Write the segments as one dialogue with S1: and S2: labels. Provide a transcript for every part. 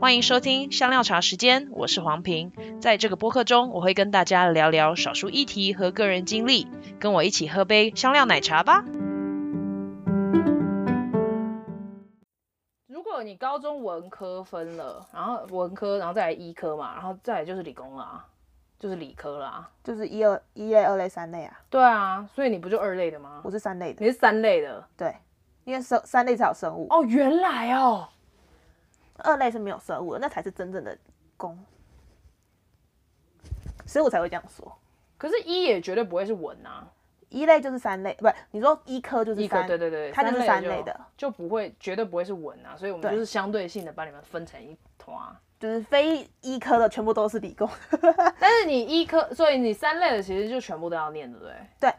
S1: 欢迎收听香料茶时间，我是黄平。在这个播客中，我会跟大家聊聊少数议题和个人经历，跟我一起喝杯香料奶茶吧。
S2: 如果你高中文科分了，然后文科，然后再来医科嘛，然后再来就是理工啦，就是理科啦。
S3: 就是一二一类、二类、三类啊，
S2: 对啊，所以你不就二类的吗
S3: 我？是三类的
S2: 你，是三类的
S3: 对，因为生三类才有生物，
S2: 哦，原来哦，
S3: 二类是没有生物的，那才是真正的公，所以我才会这样说，
S2: 可是医也绝对不会是文啊，
S3: 一类就是三类，不是你说医科就是
S2: 医科
S3: 三，
S2: 对对对，
S3: 它就是
S2: 三
S3: 三类的，
S2: 就，就不会绝对不会是文啊，所以我们
S3: 对
S2: 就是相对性的把你们分成一团。啊
S3: 就是非医科的全部都是理工，
S2: 但是你医科，所以你三类的其实就全部都要念，对不对？
S3: 对，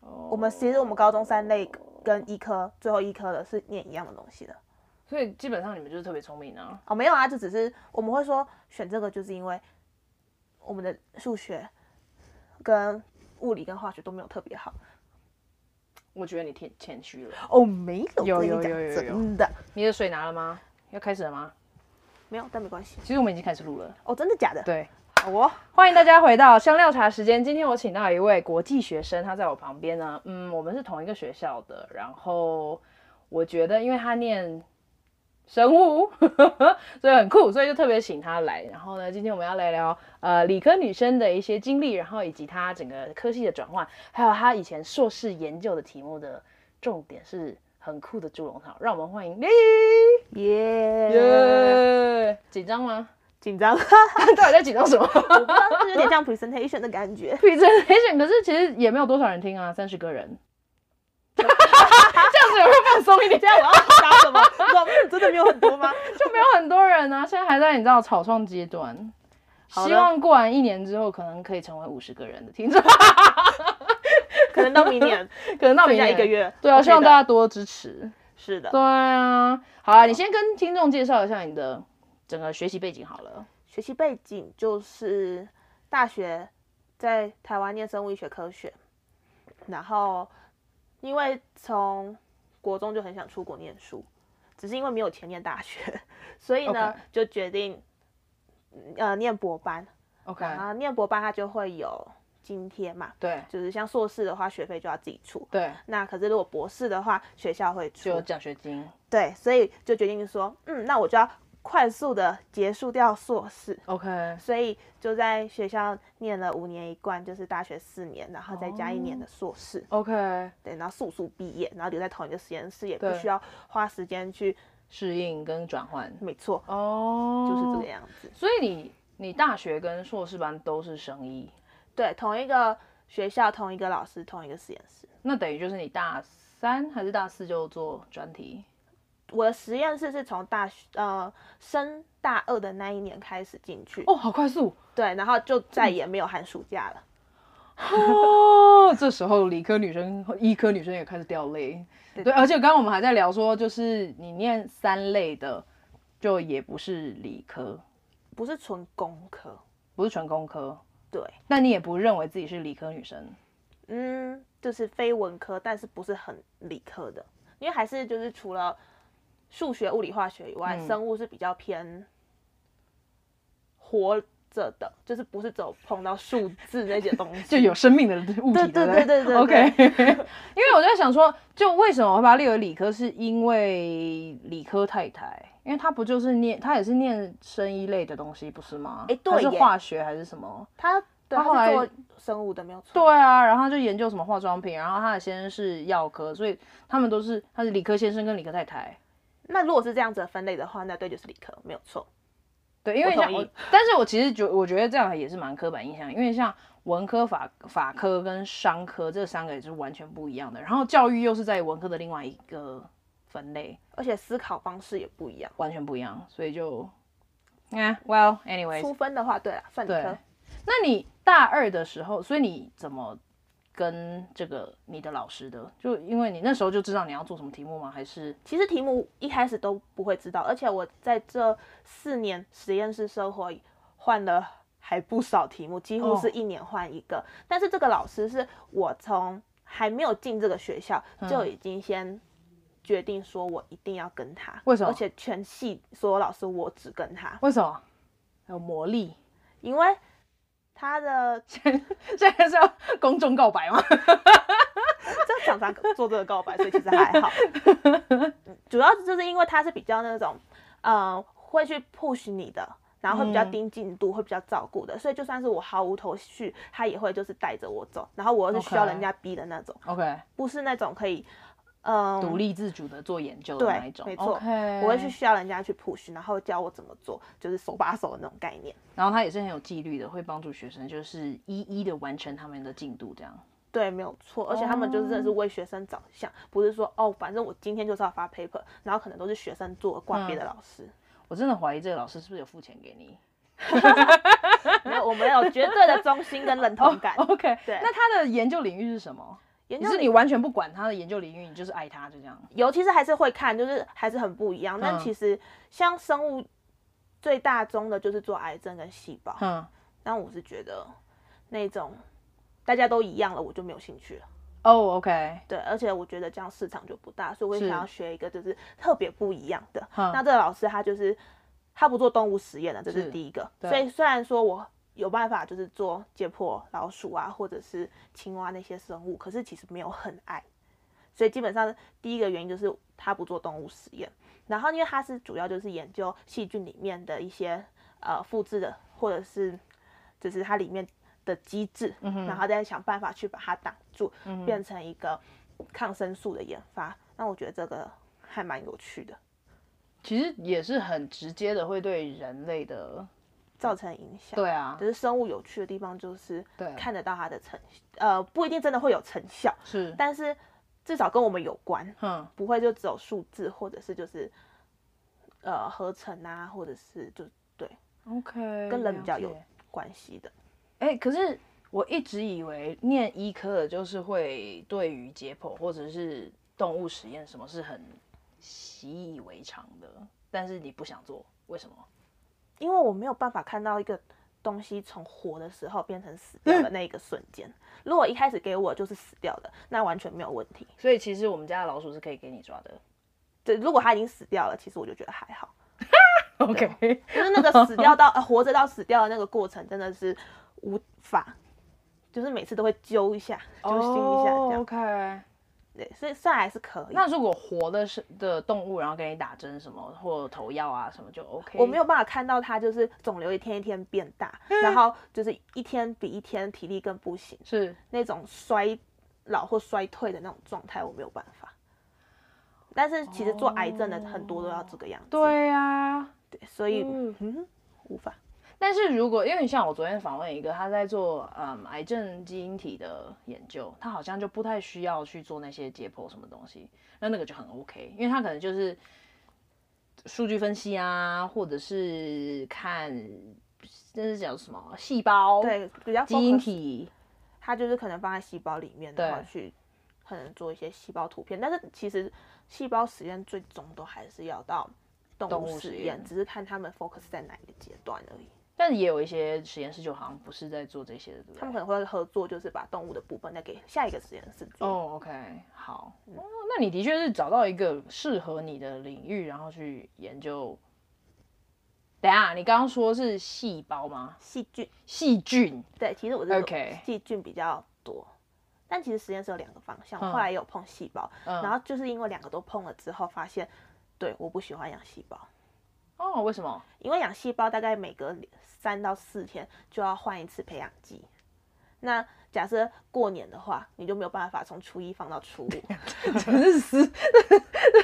S2: 哦
S3: 我们其实我们高中三类跟医科最后医科的是念一样的东西的，
S2: 所以基本上你们就是特别聪明啊。
S3: 哦，没有啊，就只是我们会说选这个，就是因为我们的数学跟物理跟化学都没有特别好。
S2: 我觉得你谦谦虚了。
S3: 哦，没有，
S2: 有有
S3: 跟你讲
S2: 有有有
S3: 真的
S2: 你的水拿了吗？要开始了吗？
S3: 没有，但没关系。
S2: 其实我们已经开始录了。
S3: 哦，真的假的？，
S2: 对，
S3: 好哦，
S2: 欢迎大家回到香料茶时间。今天我请到一位国际学生，他在我旁边呢。嗯，我们是同一个学校的。然后我觉得，因为他念生物， 所以很酷，所以就特别请他来。然后呢，今天我们要来聊呃理科女生的一些经历，然后以及她整个科系的转换，还有她以前硕士研究的题目的重点是很酷的猪笼草。让我们欢迎丽。
S3: 耶，
S2: 耶！紧张吗？
S3: 紧张，
S2: 到底在紧张什么
S3: 就是 有点像 presentation 的感觉。
S2: ？presentation，可是其实也没有多少人听啊，三十个人。 这样子有没有放松一点？这样我要
S3: 讲什么？ 我们真的没有很多吗？
S2: 就没有很多人啊，现在还在你知道草创阶段。
S3: 的
S2: 希望过完一年之后，可能可以成为五十个人的听众，
S3: 可能到明年，
S2: 可能到
S3: 剩
S2: 明
S3: 下
S2: 年
S3: 一个。月。
S2: 对啊，
S3: OK
S2: 希望
S3: 的
S2: 大家多支持。
S3: 是的
S2: 对。啊，好啊，你先跟听众介绍一下你的整个学习背景好了。
S3: 学习背景就是大学在台湾念生物医学科学，然后因为从国中就很想出国念书，只是因为没有钱念大学， 所以呢
S2: OK
S3: 就决定嗯呃念博班，
S2: OK，
S3: 然后念博班它就会有津贴嘛，
S2: 对
S3: 就是像硕士的话学费就要自己出，
S2: 对，
S3: 那可是如果博士的话学校会出，
S2: 就有奖学金。
S3: 对，所以就决定说，嗯，那我就要快速的结束掉硕士。
S2: OK，
S3: 所以就在学校念了五年一贯，就是大学四年，然后再加一
S2: 哦
S3: 年的硕士，
S2: OK，
S3: 对，然后速速毕业，然后留在同一个实验室，也不
S2: 对
S3: 需要花时间去，
S2: 适应跟转换。
S3: 没错，
S2: 哦，
S3: 就是这个。样子。
S2: 所以你你大学跟硕士班都是生医，
S3: 对，同一个学校，同一个老师，同一个实验室。
S2: 那等于就是你大三还是大四就做专题？
S3: 我的实验室是从大学呃升大二的那一年开始进去，
S2: 哦，好嗯快速
S3: 对，然后就再也没有寒暑假了。
S2: 哦！这时候理科女生、医科女生也开始掉泪。对，而且刚刚我们还在聊说，就是你念三类的，就也不是理科，
S3: 不是纯工科，
S2: 不是纯工科，
S3: 对，
S2: 但你也不认为自己是理科女生。
S3: 嗯，就是非文科，但是不是很理科的，因为还是就是除了数学、物理、化学以外，
S2: 嗯
S3: 生物是比较偏活着的，就是不是走碰到数字那些东
S2: 就
S3: 西。
S2: 有生命的物体，
S3: 对
S2: 对
S3: 对
S2: 不
S3: 对 对
S2: OK，因为我在想说，就为什么我会把它列为理科，是因为理科太太，因为她不就是念，她也是念生医类的东西，不是吗？
S3: 诶对
S2: 还是
S3: 耶
S2: 化学还是什么？
S3: 他对，
S2: 他后
S3: 他
S2: 来
S3: 是做生物的，没有错。
S2: 对啊，然后她就研究什么化妆品，然后她的先生是药科，所以他们都是他是理科先生跟理科太太。
S3: 那如果是这样子的分类的话，那对就是理科，没有错。
S2: 对，因为
S3: 我
S2: 像
S3: 同
S2: 我
S3: 意，
S2: 但是我其实觉我觉得这样也是蛮刻板印象，因为像文科、法法科跟商科这三个也是完全不一样的，然后教育又是在文科的另外一个分类，
S3: 而且思考方式也不一样。
S2: 完全不一样，所以就，啊、w e l l anyways，
S3: 出分的话，对啦，算理
S2: 对
S3: 科。，
S2: 那你大二的时候，所以你怎么跟这个你的老师的？就因为你那时候就知道你要做什么题目吗？还是
S3: 其实题目一开始都不会知道，而且我在这四年实验室生活换了还不少题目，几乎
S2: 哦
S3: 是一年换一个。但
S2: 嗯
S3: 是这个老师是我从还没有进这个学校就已经先决定说我一定要跟他，
S2: 为什么
S3: 而且全系所有老师我只跟他，
S2: 为什么？有魔力？
S3: 因为他的
S2: 现在是要公众告白吗？
S3: 这样讲他做这个告白，所以其实还好。嗯主要就是因为他是比较那种，呃，会去 push 你的，然后会比较
S2: 嗯
S3: 盯进度，会比较照顾的，所以就算是我毫无头绪，他也会就是带着我走。然后我又是需要
S2: OK
S3: 人家逼的那种
S2: OK，
S3: 不是那种可以，嗯、
S2: 独立自主的做研究的
S3: 对
S2: 那一种，
S3: 没错
S2: OK，
S3: 我会去，需要人家去 push，然后教我怎么做，就是手把手的那种概念。
S2: 然后他也是很有纪律的，会帮助学生就是一一的完成他们的进度，这样。
S3: 对，没有错，而且他们就真
S2: 哦
S3: 的是为学生着想，不是说哦，反正我今天就是要发 paper，然后可能都是学生做
S2: 嗯
S3: 挂别的老师。
S2: 我真的怀疑这个老师是不是有付钱给你？
S3: 没有，我们有绝对的忠心跟认同感。
S2: OK，
S3: 对
S2: 那他的研究领域是什么？哦
S3: 研
S2: 你
S3: 究
S2: 是你
S3: 你，
S2: 完全不管他的研究领域，你就是爱他，就这样。
S3: 尤其是还是会看，就是还是很不一样。但
S2: 嗯
S3: 其实像生物最大宗的就是做癌症跟细胞，
S2: 嗯，
S3: 但我是觉得那种大家都一样了，我就没有兴趣了。
S2: 哦，OK，
S3: 对，而且我觉得这样市场就不大，所以我
S2: 是
S3: 想要学一个就是特别不一样的。
S2: 嗯
S3: 那这个老师他就是他不做动物实验的，这
S2: 是
S3: 是第一个。
S2: 对
S3: 所以虽然说我有办法就是做解剖老鼠啊，或者是青蛙那些生物，可是其实没有很爱。所以基本上第一个原因就是他不做动物实验，然后因为他是主要就是研究细菌里面的一些呃复制的，或者是就是它里面的机制，
S2: 嗯
S3: 然后再想办法去把它挡住，变成一个抗生素的研发。那我觉得这个还蛮有趣的，
S2: 其实也是很直接的，会对人类的，
S3: 造成影响。
S2: 对啊
S3: 只，是生物有趣的地方就是
S2: 对
S3: 看得到它的成，呃，不一定真的会有成效，
S2: 是，
S3: 但是至少跟我们有关，
S2: 嗯，
S3: 不会就只有数字或者是就是呃合成啊，或者是就对
S2: OK，
S3: 跟人
S2: 了
S3: 比较有
S2: 解
S3: 关系的。
S2: 哎、可是我一直以为念医科的就是会对于解剖或者是动物实验什么是很习以为常的，但是你不想做，为什么？
S3: 因为我没有办法看到一个东西从活的时候变成死掉 的那一个瞬间。如果一开始给我就是死掉的，那完全没有问题。
S2: 所以其实我们家的老鼠是可以给你抓的。
S3: 对，如果它已经死掉了，其实我就觉得还好。
S2: 啊 OK，
S3: 就是那个 死掉到、呃、活着到死掉的那个过程，真的是无法，就是每次都会揪一下，揪心一下这样。
S2: 哦 OK。
S3: 对，所以算还是可以。
S2: 那如果活的是的动物，然后给你打针什么或投药啊什么就 OK。嗯
S3: 我没有办法看到它就是肿瘤一天一天变大，然后就是一天比一天体力更不行，
S2: 是
S3: 那种衰老或衰退的那种状态，我没有办法。但是其实做癌症的很多都要这个样子，
S2: 对啊，
S3: 对，所以
S2: 嗯
S3: 嗯无法。
S2: 但是如果因为你像我昨天访问一个，他在做嗯癌症基因体的研究，他好像就不太需要去做那些解剖什么东西，那那个就很 OK，因为他可能就是数据分析啊，或者是看那是叫什么细胞、
S3: 对，比较
S2: 基因
S3: focus
S2: 体，
S3: 它就是可能放在细胞里面，
S2: 对
S3: 然后去可能做一些细胞图片。但是其实细胞实验最终都还是要到
S2: 动
S3: 动
S2: 物
S3: 物
S2: 实
S3: 实
S2: 验
S3: 验，只是看他们 focus 在哪一个阶段而已。
S2: 但也有一些实验室就好像不是在做这些的，对不对？
S3: 他们可能会合作，就是把动物的部分再给下一个实验室做。
S2: 哦、o k 好、哦，那你的确是找到一个适合你的领域，然后去研究。等一下，你刚刚说是细胞吗？
S3: 细菌，
S2: 细菌
S3: 对，其实我是
S2: OK
S3: 细菌比较多。但其实实验室有两个方向，
S2: 嗯
S3: 我后来也有碰细胞，
S2: 嗯
S3: 然后就是因为两个都碰了之后，发现对我不喜欢养细胞，
S2: 哦？为什么？
S3: 因为养细胞大概每隔三到四天就要换一次培养基。那假设过年的话，你就没有办法从初一放到初五，
S2: 这是私，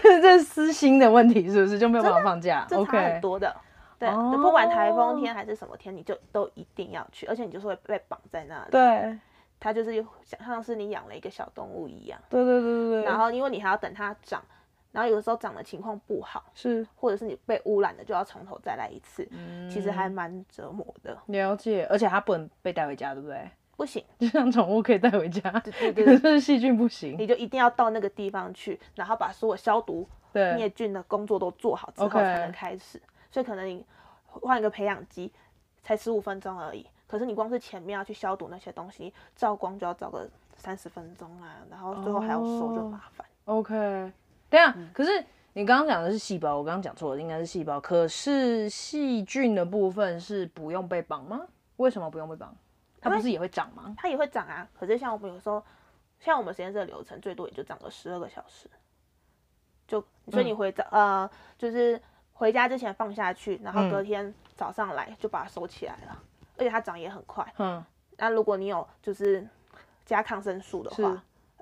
S2: 这是私心的问题，是不是就没有办法放假
S3: 这差很
S2: ？OK，
S3: 多的。对，
S2: 哦
S3: 不管台风天还是什么天，你就都一定要去，而且你就是会被绑在那里。
S2: 对
S3: 它就是想像是你养了一个小动物一样，
S2: 对对对对
S3: 然后因为你还要等它长，然后有的时候长的情况不好，
S2: 是
S3: 或者是你被污染的，就要从头再来一次，
S2: 嗯
S3: 其实还蛮折磨的。
S2: 了解，而且它不能被带回家，对不对？
S3: 不行，
S2: 就像宠物可以带回家，
S3: 对对
S2: 可
S3: 对
S2: 是细菌不行。
S3: 你就一定要到那个地方去，然后把所有消毒灭
S2: 对，
S3: 菌的工作都做好之
S2: 呃
S3: 后
S2: OK
S3: 才能开始。所以可能你换一个培养基，才十五分钟而已。可是你光是前面要去消毒那些东西，照光就要照个三十分钟啊，然后最后还要收就
S2: 哦
S3: 麻烦。
S2: OK，对啊，可是你刚刚讲的是细胞，我刚刚讲错了，应该是细胞。可是细菌的部分是不用被绑吗？为什么不用被绑？它不是也会长吗？
S3: 它也会长啊。可是像我们有时候，像我们实验室的流程，最多也就长个十二个小时，就所以
S2: 嗯
S3: 你回早、呃，就是回家之前放下去，然后
S2: 嗯
S3: 隔天早上来就把它收起来了。而且它长也很快。
S2: 嗯，
S3: 那如果你有就是加抗生素的
S2: 是
S3: 话，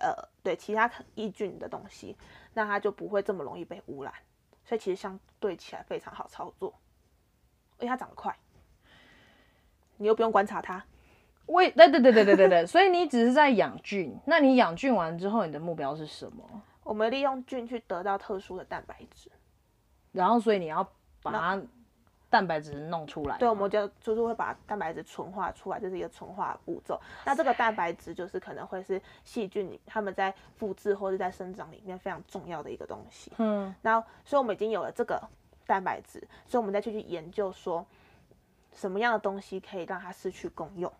S3: 呃，对其他抗抑菌的东西，那它就不会这么容易被污染。所以其实相对起来非常好操作，而且它长得快，你又不用观察它。
S2: 为对对对对对对对，所以你只是在养菌。那你养菌完之后，你的目标是什么？
S3: 我们利用菌去得到特殊的蛋白质，
S2: 然后，所以你要把它蛋白质弄出来吗。
S3: 对，我们就就是会把蛋白质纯化出来，这是一个纯化的步骤。那这个蛋白质就是可能会是细菌里它们在复制或者在生长里面非常重要的一个东西。
S2: 嗯，
S3: 然后，所以我们已经有了这个蛋白质，所以我们再去去研究说，什么样的东西可以让它失去功用，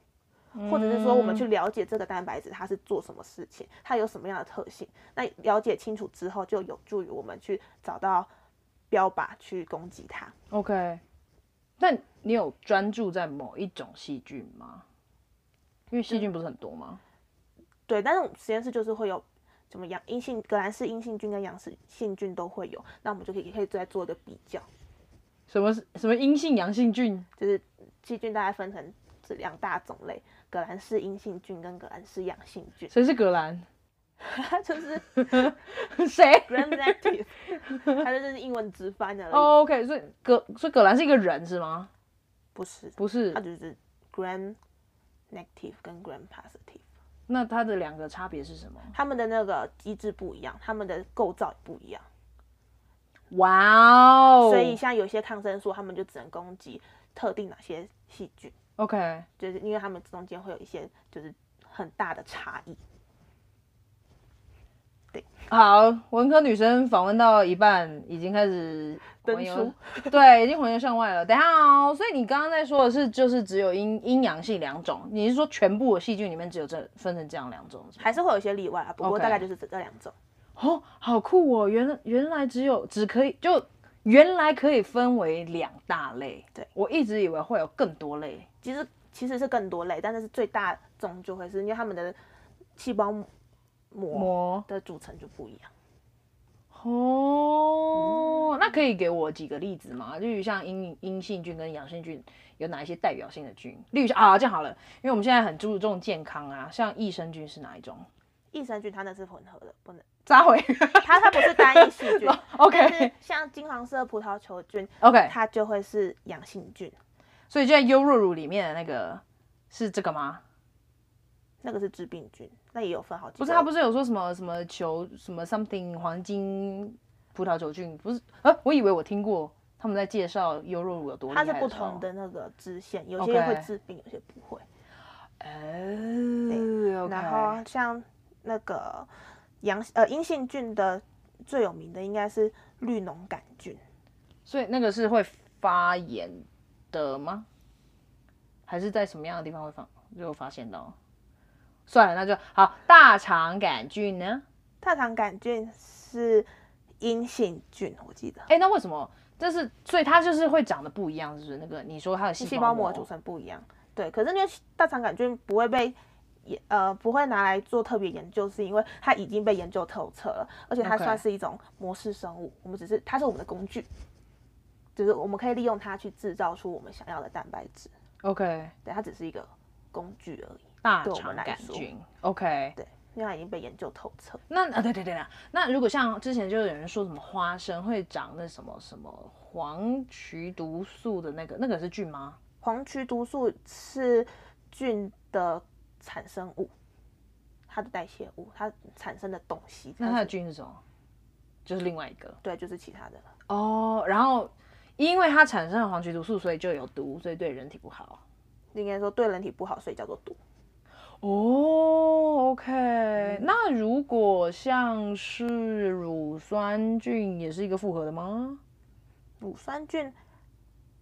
S3: 或者是说我们去了解这个蛋白质它是做什么事情，它有什么样的特性。那了解清楚之后，就有助于我们去找到标靶去攻击它。
S2: OK，但你有专注在某一种细菌吗？因为细菌不是很多吗？
S3: 对，但是我们实验室就是会有。什么阳阴性革兰氏阴性菌跟阳性菌都会有，那我们就可以也可以再做一个比较，
S2: 什么是什么阴性阳性菌？
S3: 就是细菌大概分成这两大种类，革兰氏阴性菌跟革兰氏阳性菌。
S2: 谁是格兰？
S3: 它就是
S2: 谁
S3: Grand Active，它 就是英文直翻的而已
S2: 哦？OK，所以格所以葛兰是一个人是吗？
S3: 不是，
S2: 不是
S3: 它，就是 Grand Negative 跟 Grand Positive，
S2: 那它的两个差别是什么？
S3: 它们的那个机制不一样，它们的构造也不一样，
S2: 哇哦！
S3: 所以像有些抗生素，它们就只能攻击特定哪些细菌，
S2: OK，
S3: 就是因为它们中间会有一些就是很大的差异。
S2: 好，文科女生访问到一半，已经开始
S3: 登
S2: 魂游
S3: 出，
S2: 对，已经魂游向外了。等一下哦，所以你刚刚在说的是，就是只有阴阴阳性两种，你是说全部的细菌里面只有这分成这样两种是吗？
S3: 还是会有一些例外啊，不过
S2: OK
S3: 大概就是这这两种。
S2: 哦，好酷哦，原来原来只有只可以就原来可以分为两大类，
S3: 对
S2: 我一直以为会有更多类，
S3: 其实其实是更多类，但是最大宗就会是因为它们的细胞膜
S2: 膜
S3: 的组成就不一样。
S2: 哦，那
S3: 嗯
S2: 可以给我几个例子吗？例如像阴阴性菌跟阳性菌有哪一些代表性的菌？例如像啊，这样好了，因为我们现在很注重健康啊，像益生菌是哪一种？
S3: 益生菌它那是混合的，不能，
S2: 扎 回
S3: 它它不是单一细 菌但是
S2: ，OK
S3: 像金黄色葡萄球菌，
S2: OK，
S3: 它就会是阳性菌，
S2: 所以就在优酪乳里面的那个是这个吗？
S3: 那个是致病菌，那也有分好几
S2: 不
S3: 种。
S2: 是，他不是有说什么什么球什么 something 黄金葡萄球菌？不是，呃、我以为我听过他们在介绍优酪乳有多厉
S3: 它
S2: 害
S3: 是不
S2: 时候
S3: 同的那个支线，有些
S2: OK
S3: 会治病，有些不会。
S2: 哦，OK，
S3: 然后像那个阳呃阴性菌的最有名的应该是绿脓杆菌，
S2: 所以那个是会发炎的吗？还是在什么样的地方会发就发现到？算了，那就好。大肠杆菌呢？
S3: 大肠杆菌是阴性菌，我记得
S2: 哎、那为什么？这是所以它就是会长得不一样，是不是？那个你说它的
S3: 细
S2: 细
S3: 胞
S2: 胞
S3: 膜
S2: 膜
S3: 的组成不一样。对，可是因为大肠杆菌不会被也呃不会拿来做特别研究，是因为它已经被研究透彻了，而且它
S2: OK
S3: 算是一种模式生物。我们只是它是我们的工具，就是我们可以利用它去制造出我们想要的蛋白质。
S2: OK，
S3: 对，它只是一个工具而已。
S2: 大
S3: 对我
S2: 肠
S3: 们来
S2: 杆
S3: 说
S2: 菌 OK。
S3: 对，因为它已经被研究透彻。
S2: 那啊，对对对对，那如果像之前就有人说什么花生会长那什么什么黄曲毒素的那个，那个是菌吗？
S3: 黄曲毒素是菌的产生物，它的代谢物，它产生的东西。
S2: 那它的
S3: 是
S2: 菌是什么？就是另外一个。
S3: 对，就是其他的了。
S2: 哦，然后因为它产生了黄曲毒素，所以就有毒，所以对人体不好。
S3: 应该说对人体不好，所以叫做毒。
S2: 哦，OK，、那如果像是乳酸菌也是一个复合的吗？
S3: 乳酸菌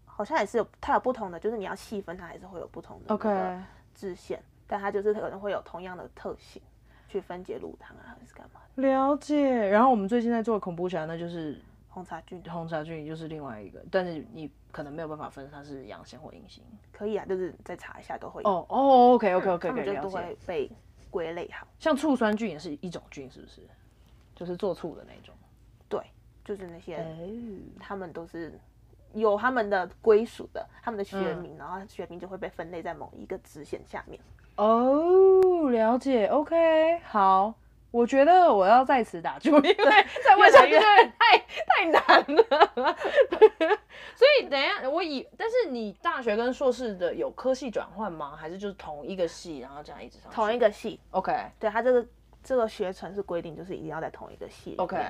S3: 好像也是有，它有不同的，就是你要细分它，还是会有不同的那
S2: OK
S3: 个支线但它就是可能会有同样的特性。去分解乳糖啊，还是干嘛的？
S2: 了解。然后我们最近在做恐怖茶，那就是
S3: 红茶菌
S2: 红茶菌，就是另外一个，但是你可能没有办法分它是阳性或阴性。
S3: 可以啊，就是你再查一下都会有，
S2: 哦哦，OK OK
S3: 嗯他
S2: OK，
S3: 们就
S2: 了
S3: 都
S2: 解。
S3: 会被归类好。
S2: 像醋酸菌也是一种菌，是不是？就是做醋的那种。
S3: 对，就是那些、
S2: 哎，
S3: 他们都是有他们的归属的，他们的学
S2: 嗯
S3: 名，然后学名就会被分类在某一个支线下面。
S2: 哦，了解，OK，好。我觉得我要在此打住，因为 再问下去
S3: 越
S2: 有
S3: 来
S2: 点太太难了。 所以等一下，我以但是你大学跟硕士的有科系转换吗？还是就是同一个系，然后这样一直上去？
S3: 同一
S2: 个
S3: 个系，
S2: ，OK
S3: 对它这个这个学程是规定，就是一定要在同一个系里面。
S2: OK，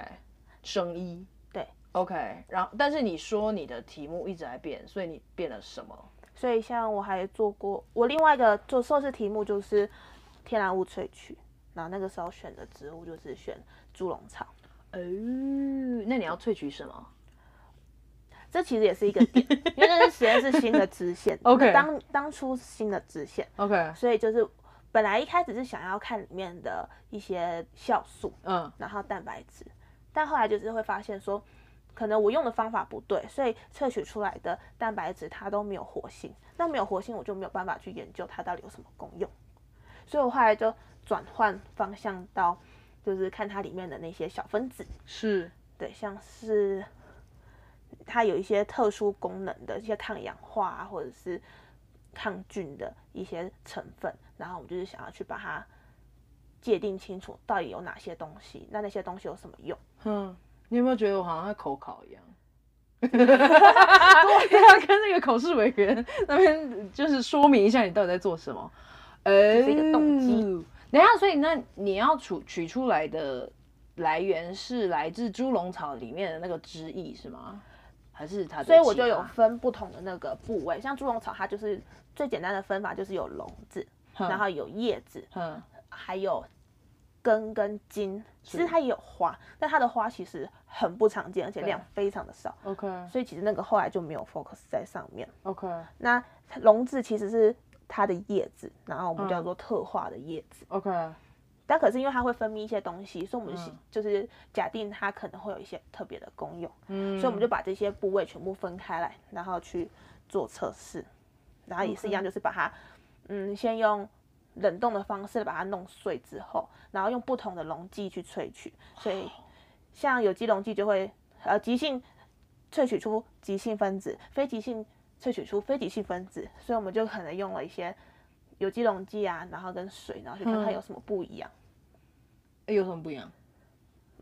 S2: 生医
S3: 对，
S2: OK，然后但是你说你的题目一直在变，所以你变了什么？
S3: 所以像我还做过，我另外一个做硕士题目就是天然物萃取，然后那个时候选的植物就是选猪笼草，
S2: 哦，那你要萃取什么？
S3: 这其实也是一个点，因为那是实验室新的支线
S2: OK
S3: 当当初新的支线，
S2: OK，
S3: 所以就是本来一开始是想要看里面的一些酵素，
S2: 嗯
S3: 然后蛋白质，但后来就是会发现说。可能我用的方法不对，所以萃取出来的蛋白质它都没有活性。那没有活性，我就没有办法去研究它到底有什么功用。所以我后来就转换方向到，就是看它里面的那些小分子，
S2: 是，
S3: 对，像是它有一些特殊功能的一些抗氧化啊，或者是抗菌的一些成分，然后我们就是想要去把它界定清楚到底有哪些东西，那那些东西有什么用。
S2: 嗯，你有没有觉得我好像在口考 一样？对要跟那个考试委员那边就是说明一下你到底在做什么，呃、
S3: 是一个动机
S2: 嗯等一下，所以那你要取取出来的来源是来自猪笼草里面的那个汁液是吗？还是它的其
S3: 所
S2: 他？
S3: 以我就有分不同的那个部位，像猪笼草，它就是最简单的分法就是有笼子，
S2: 嗯，
S3: 然后有叶子，
S2: 嗯
S3: 还有根跟茎，其实
S2: 是
S3: 它也有花，但它的花其实很不常见，而且量非常的少，
S2: ，OK
S3: 所以其实那个后来就没有 focus 在上面。
S2: OK
S3: 那笼子其实是它的叶子，然后我们
S2: 嗯
S3: 叫做特化的叶子，
S2: OK，
S3: 但可是因为它会分泌一些东西，所以我们是
S2: 嗯
S3: 就是假定它可能会有一些特别的功用，
S2: 嗯，
S3: 所以我们就把这些部位全部分开来，然后去做测试，然后也是一样，就是把它，嗯，先用冷冻的方式把它弄碎之后，然后用不同的溶剂去萃取，所
S2: 哦
S3: 以像有机溶剂就会呃急性萃取出急性分子，非急性萃取出非急性分子，所以我们就可能用了一些有机溶剂啊，然后跟水，然后去看它
S2: 嗯
S3: 有什么不一样。哎
S2: 诶有什么不一样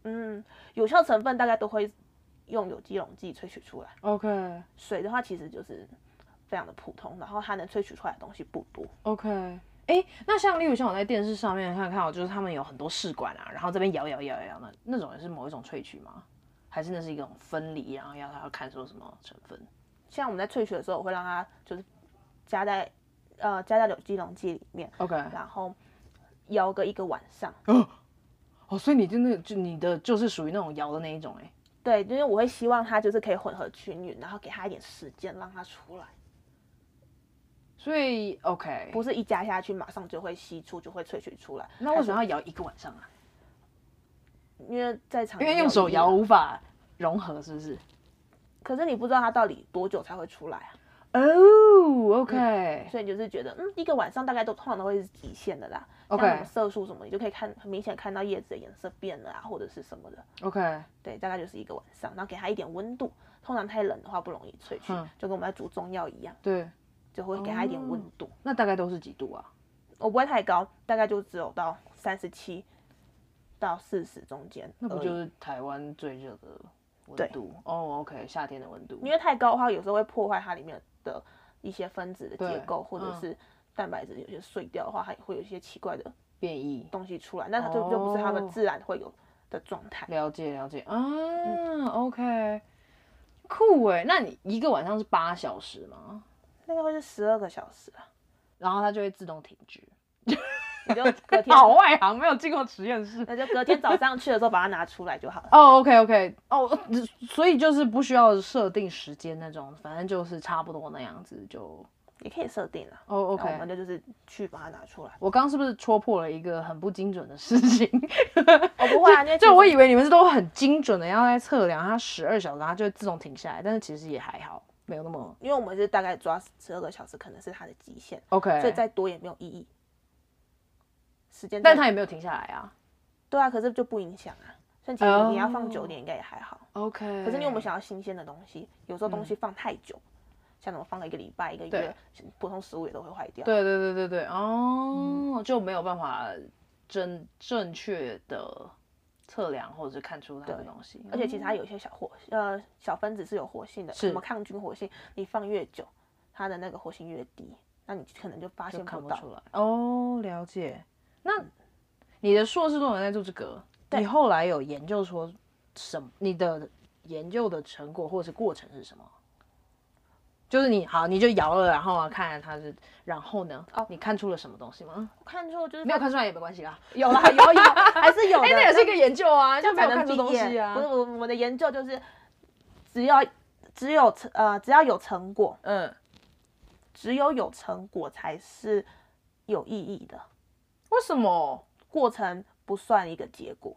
S3: 嗯，有效成分大概都会用有机溶剂萃取出来。
S2: ？OK
S3: 水的话其实就是非常的普通，然后它能萃取出来的东西不多。
S2: OK，哎、那像例如像我在电视上面看看到，就是他们有很多试管啊，然后这边摇摇摇摇摇，那那种也是某一种萃取吗？还是那是一种分离，然后要它看说什么成分？
S3: 像我们在萃取的时候，我会让它就是加在呃加在有机溶剂里面，
S2: OK，
S3: 然后摇个一个晚上。
S2: 哦，所以你真的就你的就是属于那种摇的那一种哎、
S3: 对，因为我会希望它就是可以混合均匀，然后给它一点时间让它出来，
S2: 所以 OK，
S3: 不是一加下去马上就会析出就会萃取出来。
S2: 那为什么要摇一个晚上啊？
S3: 因为在场
S2: 因为用手摇，无法融合，是不是？
S3: 可是你不知道它到底多久才会出来啊，
S2: 哦，OK、
S3: 所以你就是觉得嗯一个晚上大概都通常都会是极限的啦。
S2: OK
S3: 像什么色素什么，你就可以看很明显看到叶子的颜色变了啊，或者是什么的。
S2: OK，
S3: 对，大概就是一个晚上，然后给它一点温度。通常太冷的话不容易萃取，
S2: 嗯
S3: 就跟我们在煮中药一样，
S2: 对，
S3: 就会给它一点温度。
S2: 那大概都是几度啊？
S3: 我不会太高，大概就只有到三十七到四十中间而已。
S2: 那不就是台湾最热的
S3: 对
S2: 温度？哦、o k 夏天的温度。
S3: 因为太高的话，有时候会破坏它里面的一些分子的结
S2: 对
S3: 构，或者
S2: 嗯
S3: 是蛋白质有些碎掉的话，它也会有一些奇怪的
S2: 变异。
S3: 东西出来，那它就就不是它们
S2: 哦
S3: 自然会有的状态。
S2: 了解了解啊、o
S3: 嗯
S2: k 酷哎。那你一个晚上是八小时吗？
S3: 那个会是十二个小时啊，
S2: 然后它就会自动停止。
S3: 你就 隔天，
S2: 好外行，没有进过实验室。
S3: 那就隔天早上去的时候把它拿出来就好了。
S2: 哦、o k OK，哦、所以就是不需要设定时间那种，反正就是差不多那样子就
S3: 也可以设定啦。
S2: 哦，OK、
S3: 那我
S2: o
S3: 们
S2: k
S3: 就就是去把它拿出来。
S2: 我刚刚是不是戳破了一个很不精准的事 情？
S3: 哦，不会啊，因 为其
S2: 就
S3: 实
S2: 我以为你们是都很精准的要在测量它十二小时，它就会自动停下来，但是其实也还好，没有那么
S3: 因为我们是大概抓十二个小时，可能是它的极限，
S2: OK。
S3: 所以再多也没有意义。时间
S2: 但
S3: 再
S2: 它也没有停下来啊。
S3: 对啊，可是就不影响啊。像其实你要放久点，应该也还好。
S2: OK。
S3: 可是你有没有想要新鲜的东西？有时候东西放太久，像什么放了一个礼拜、一个月，普通食物也都会坏掉。
S2: 对对对对对，
S3: 嗯
S2: 哦，就没有办法正正确的测量或者是看出它的
S3: 对
S2: 东西，嗯
S3: 而且其实它有一些小活呃小分子是有活性的，
S2: 哦是
S3: 什么抗菌活性，你放越久，它的那个活性越低，那你可能就发
S2: 就
S3: 现
S2: 看不
S3: 到。嗯
S2: 出来。哦，了解。那你的硕士论文在做这个，你后来有研究说什么？你的研究的成果或者是过程是什么？就是你好，你就摇了，然后啊，看它是，然后呢？哦，你看出了什么东西吗？
S3: 我看出就是
S2: 没有看出来也没关系啦，
S3: 有啦 有有还是有的，
S2: 哎，那也是一个研究啊，就没
S3: 才
S2: 有
S3: 能
S2: 看出东
S3: 毕
S2: 西
S3: 业。
S2: 啊
S3: 不是。我我们的研究就是，只要只有成呃只要有成果，
S2: 嗯，
S3: 只有有成果才是有意义的，
S2: 为什么？
S3: 过程不算一个结果。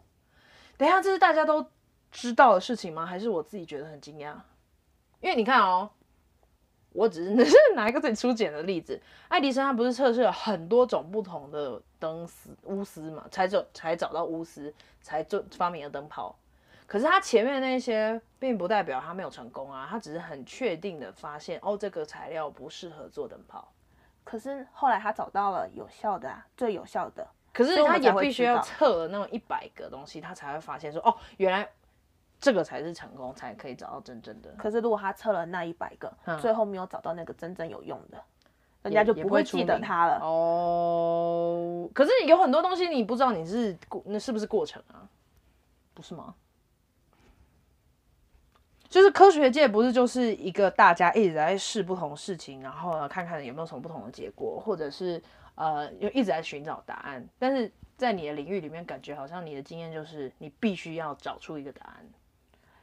S2: 等一下，这是大家都知道的事情吗？还是我自己觉得很惊讶？因为你看哦，我只是拿一个最粗简的例子，爱迪生他不是测试了很多种不同的灯丝钨丝嘛，才找才找到钨丝，才做发明了灯泡。可是他前面那些并不代表他没有成功啊，他只是很确定的发现哦，这个材料不适合做灯泡。
S3: 可是后来他找到了有效的、啊，最有效的，
S2: 可是
S3: 所以我
S2: 他
S3: 们
S2: 也
S3: 才会
S2: 必须
S3: 知
S2: 要
S3: 道
S2: 测了那种一百个东西，他才会发现说，哦，原来这个才是成功，才可以找到真正的。
S3: 可是如果他测了那一百个，
S2: 嗯
S3: 最后没有找到那个真正有用的，人
S2: 也
S3: 家就
S2: 也
S3: 不
S2: 不会
S3: 会
S2: 出
S3: 记得
S2: 名
S3: 他了。
S2: 哦，呃可是有很多东西你不知道你是过那是不是过程啊，不是吗？就是科学界不是就是一个大家一直在试不同事情，然后呢看看有没有什么不同的结果，或者是呃又一直在寻找答案。但是在你的领域里面，感觉好像你的经验就是你必须要找出一个答案。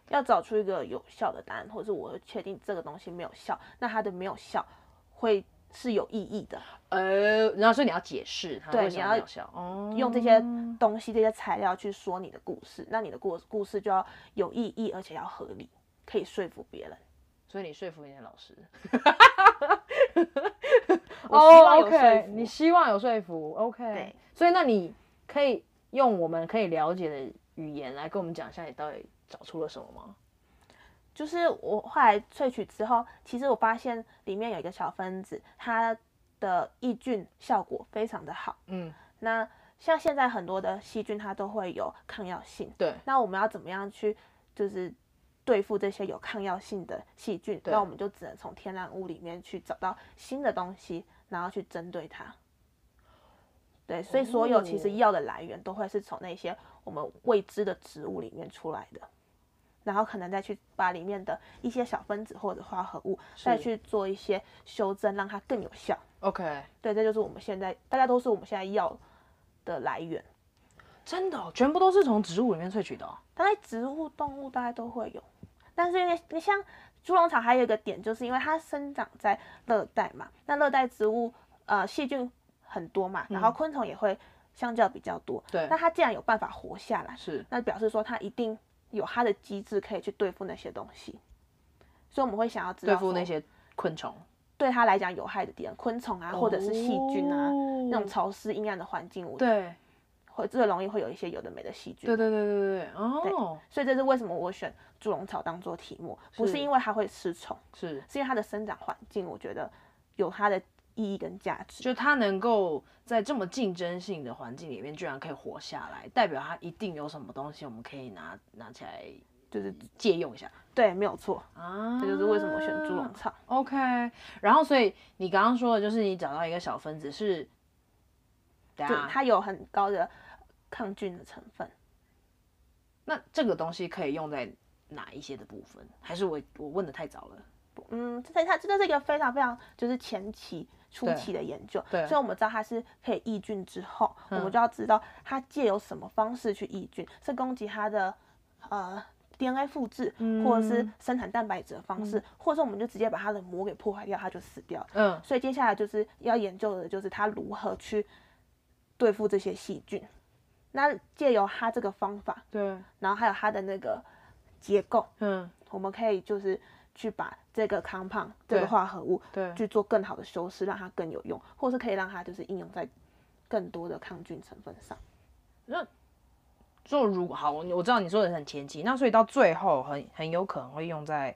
S3: 要找出一个有效的答案，或者是我确定这个东西没有效，那它的没有效会是有意义的。
S2: 呃，然后所以你要解释它
S3: 对
S2: 为什
S3: 你
S2: 么
S3: 要
S2: 没有效，哦，
S3: 用这些东西、这些材料去说你的故事，那你的故故事就要有意义，而且要合理，可以说服别人。
S2: 所以你说服你的老师。
S3: 我希望有
S2: o
S3: 说
S2: k 哦
S3: 服
S2: 你希望有说服，OK。
S3: 对，
S2: 所以那你可以用我们可以了解的语言来跟我们讲一下你到底找出了什么吗？
S3: 就是我后来萃取之后，其实我发现里面有一个小分子，它的抑菌效果非常的好。
S2: 嗯，
S3: 那像现在很多的细菌，它都会有抗药性。
S2: 对，
S3: 那我们要怎么样去就是对付这些有抗药性的细菌？
S2: 对
S3: 那我们就只能从天然物里面去找到新的东西，然后去针对它。对，所以所有其
S2: 哦
S3: 实药的来源都会是从那些我们未知的植物里面出来的，然后可能再去把里面的一些小分子或者化合物再
S2: 是
S3: 去做一些修正，让它更有效。
S2: ，OK。
S3: 对，这就是我们现在大家都是我们现在药的来源，
S2: 真的哦、全部都是从植物里面萃取的、哦。
S3: 大概植物、动物大概都会有，但是因为你像猪笼草还有一个点，就是因为它生长在热带嘛，那热带植物呃细菌很多嘛，然后昆虫也会相较比较多。
S2: 嗯对
S3: 那它既然有办法活下来，
S2: 是，
S3: 那表示说它一定有它的机制可以去对付那些东西，所以我们会想要知道
S2: 对啊付
S3: 说
S2: 那些昆虫，
S3: 对它来讲有害的敌人，昆虫啊，或者是细菌啊，
S2: 哦
S3: 那种潮湿阴暗的环境，我
S2: 对，
S3: 会最容易会有一些有的没的细菌。
S2: 对对对对对，哦，
S3: 所以这是为什么我选猪笼草当做题目，不是
S2: 是
S3: 因为它会吃虫，
S2: 是，
S3: 是因为它的生长环境，我觉得有它的意义跟价值。
S2: 就它能够在这么竞争性的环境里面，居然可以活下来，代表它一定有什么东西我们可以拿拿起来
S3: 就是
S2: 借用一下
S3: 对，没有错，
S2: 啊。
S3: 这就是为什么我选猪笼草。
S2: OK，然后所以你刚刚说的就是你找到一个小分子是，啊等一
S3: 就
S2: 下
S3: 它有很高的抗菌的成分。
S2: 那这个东西可以用在哪一些的部分？还是我我问的太早了？
S3: 嗯，这它这是一个非常非常就是前期初
S2: 对
S3: 期的研究，
S2: 对
S3: 所以我们知道它是可以抑菌之后，我
S2: 嗯
S3: 们就要知道它借由什么方式去抑菌，是攻击它的呃 DNA 复制，
S2: 嗯
S3: 或者是生产蛋白质的方式，
S2: 嗯
S3: 或者是我们就直接把它的膜给破坏掉，它就死掉了。
S2: 嗯
S3: 所以接下来就是要研究的就是它如何去对付这些细菌。那借由它这个方法，
S2: 对，
S3: 然后还有它的那个结构，
S2: 嗯
S3: 我们可以就是去把这个 compound 这
S2: 对
S3: 个化合物
S2: 对，
S3: 去做更好的修饰，让它更有用，或是可以让它就是应用在更多的抗菌成分上。
S2: 就如好，我我知道你说的很前期，那所以到最后很很有可能会用在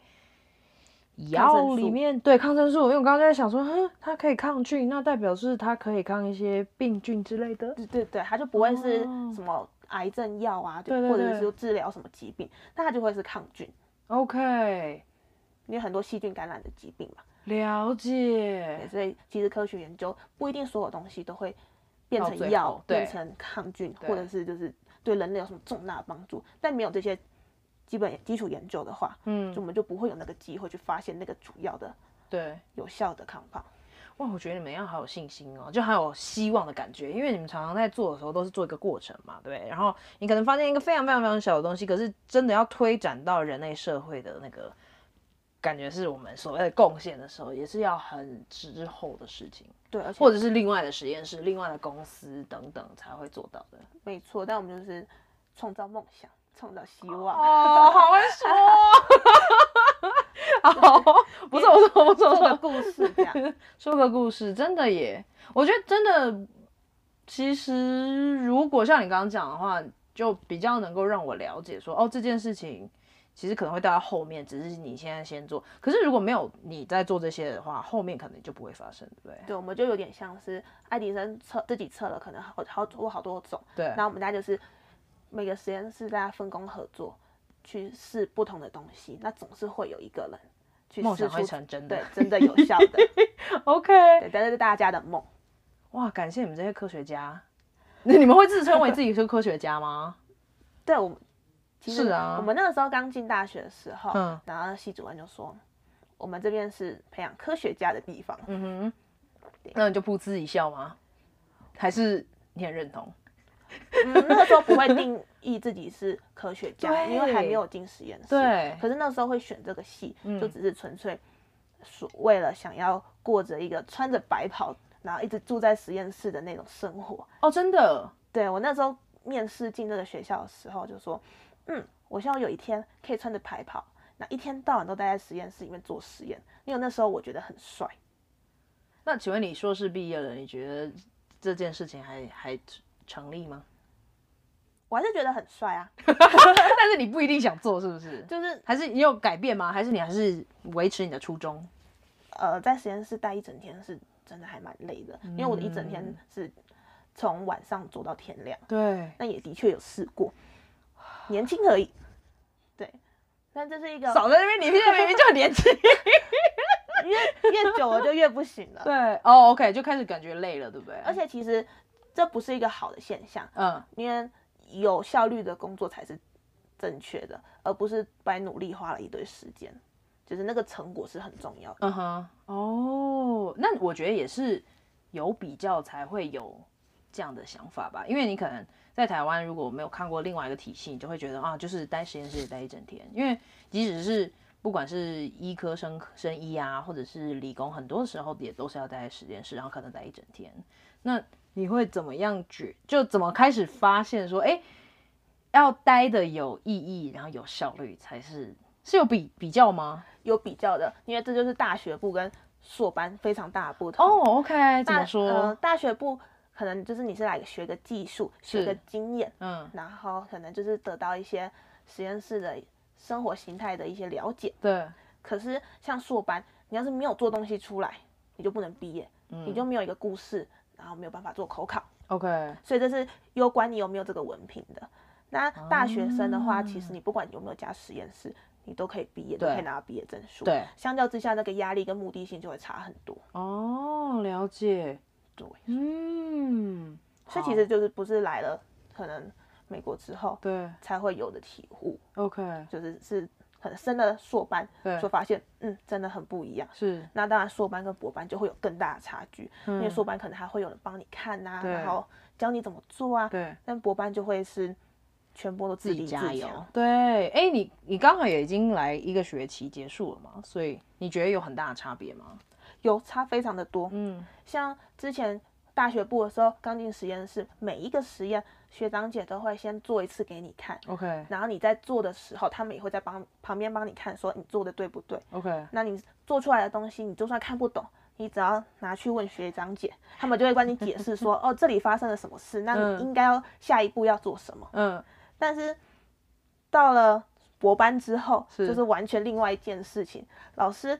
S3: 抗生
S2: 药里
S3: 素
S2: 面，对抗生素。因为我刚刚在想说，哼，它可以抗菌，那代表是它可以抗一些病菌之类的。
S3: 对对对，它就不会是
S2: 哦
S3: 什么癌症药啊，就
S2: 对对
S3: 或者
S2: 对
S3: 是说治疗什么疾病，那它就会是抗菌，
S2: OK，
S3: 因为很多细菌感染的疾病嘛。
S2: 了
S3: 对，
S2: 解。
S3: 所以其实科学研究不一定所有东西都会变
S2: 到最
S3: 成
S2: 后
S3: 药、
S2: 对
S3: 变成抗菌，
S2: 对
S3: 或者是就是对人类有什么重大的帮助，但没有这些基本基础研究的话，
S2: 嗯
S3: 就我，们就不会有那个机会去发现那个主要的
S2: 对。
S3: 有效的抗胖。
S2: 哇，我觉得你们一样好有信心哦，就好有希望的感觉，因为你们常常在做的时候都是做一个过程嘛，对不对？然后你可能发现一个非常非常非常小的东西，可是真的要推展到人类社会的那个感觉，是我们所谓的贡献的时候，也是要很之后的事情，
S3: 对，而且
S2: 或者是另外的实验室、另外的公司等等才会做到的。
S3: 没错，但我们就是创造梦想，创造希望。
S2: 哦，好会说哦， 好，不错不错不错不
S3: 这个
S2: 错，
S3: 故事这样，
S2: 说个故事，真的耶，我觉得真的，其实如果像你刚刚讲的话，就比较能够让我了解说，哦，这件事情其实可能会带到后面，只是你现在先做。可是如果没有你在做这些的话，后面可能就不会发生，对不对？
S3: 对，我们就有点像是爱迪生测自己测了，可能好好多好多种，
S2: 对
S3: 然后我们大家就是每个实验室大家分工合作去试不同的东西，那总是会有一个人去
S2: 梦
S3: 试
S2: 想会
S3: 出
S2: 成真的
S3: 对。真的有效的，
S2: OK，
S3: 对，但是大家的梦，
S2: 哇，感谢你们这些科学家。你们会自称为自己是科学家吗？
S3: 对我们其实
S2: 是啊
S3: 我们那个时候刚进大学的时候，
S2: 嗯
S3: 然后系主任就说。我们这边是培养科学家的地 方，
S2: 嗯哼，那你就噗嗤一笑吗？还是你很认同？
S3: 嗯，那个时候不会定义自己是科学家，
S2: 对
S3: 因为还没有进实验室。
S2: 对
S3: 可是那时候会选这个系，
S2: 嗯
S3: 就只是纯粹所为了想要过着一个穿着白袍，然后一直住在实验室的那种生活。
S2: 哦，真的，
S3: 对我那时候面试进这个学校的时候就说，嗯，我希望有一天可以穿着白袍，那一天到晚都待在实验室里面做实验，因为那时候我觉得很帅。
S2: 那请问你硕士毕业了，你觉得这件事情还还成立吗？
S3: 我还是觉得很帅啊，
S2: 但是你不一定想做，是不是？
S3: 就是
S2: 还是你有改变吗？还是你还是维持你的初衷？
S3: 呃，在实验室待一整天是真的还蛮累的，因为我的一整天
S2: 嗯
S3: 是从晚上做到天亮，
S2: 对，
S3: 那也的确有试过，年轻而已，对，但这是一个
S2: 少在那边，你现在明明就很年轻。
S3: 越越久了就越不行了，
S2: 对，哦，OK，就开始感觉累了，对不对？
S3: 而，且其实这不是一个好的现象，
S2: 嗯，
S3: 因为有效率的工作才是正确的，而不是白努力花了一堆时间，就是那个成果是很重要的，
S2: 嗯哼，哦，那我觉得也是有比较才会有这样的想法吧，因为你可能在台湾如果没有看过另外一个体系，你就会觉得啊，就是待实验室里待一整天，因为即使是不管是医科生生医啊，或者是理工，很多时候也都是要待在实验室，然后可能待一整天。那你会怎么样觉？就怎么开始发现说，哎，要待的有意义，然后有效率，才是是有比比较吗？
S3: 有比较的，因为这就是大学部跟硕班非常大的不同。
S2: 哦，OK、o k 怎
S3: 大
S2: 么说？
S3: 呃，大学部可能就是你是来学个技术，学
S2: 是
S3: 个经验，
S2: 嗯，
S3: 然后可能就是得到一些实验室的生活形态的一些了解。
S2: 对，
S3: 可是像硕班，你要是没有做东西出来，你就不能毕业，你
S2: 嗯
S3: 就没有一个故事，然后没有办法做口考，
S2: OK，
S3: 所以这是攸关你有没有这个文凭的。那大学生的话，
S2: 啊
S3: 其实你不管有没有加实验室，你都可以毕业，都
S2: 对
S3: 可以拿到毕业证书。
S2: 对，
S3: 相较之下，那个压力跟目的性就会差很多。
S2: 哦，了解，
S3: 对。
S2: 嗯，
S3: 所以
S2: 好
S3: 其实就是不是来了可能美国之后
S2: 对
S3: 才会有的体悟，
S2: ，OK，
S3: 就是是很深的硕班，
S2: 对
S3: 就发现嗯真的很不一样。
S2: 是，
S3: 那当然，硕班跟博班就会有更大的差距，因为
S2: 嗯
S3: 硕班可能还会有人帮你看呐、
S2: 对
S3: 然后教你怎么做啊，
S2: 对，
S3: 但博班就会是全部都自
S2: 自
S3: 立
S2: 己
S3: 自
S2: 加油
S3: 强。。
S2: 对，哎，你你刚好也已经来一个学期结束了嘛，所以你觉得有很大的差别吗？
S3: 有差非常的多。
S2: 嗯，
S3: 像之前大学部的时候，刚进实验室，每一个实验学长姐都会先做一次给你看，
S2: OK
S3: 然后你在做的时候，他们也会在帮旁边帮你看，说你做的对不对。
S2: OK，
S3: 那你做出来的东西，你就算看不懂，你只要拿去问学长姐，他们就会帮你解释 说，哦，这里发生了什么事，那
S2: 嗯
S3: 你应该要下一步要做什么。
S2: 嗯，
S3: 但是到了博班之后，
S2: 是
S3: 就是完全另外一件事情。老师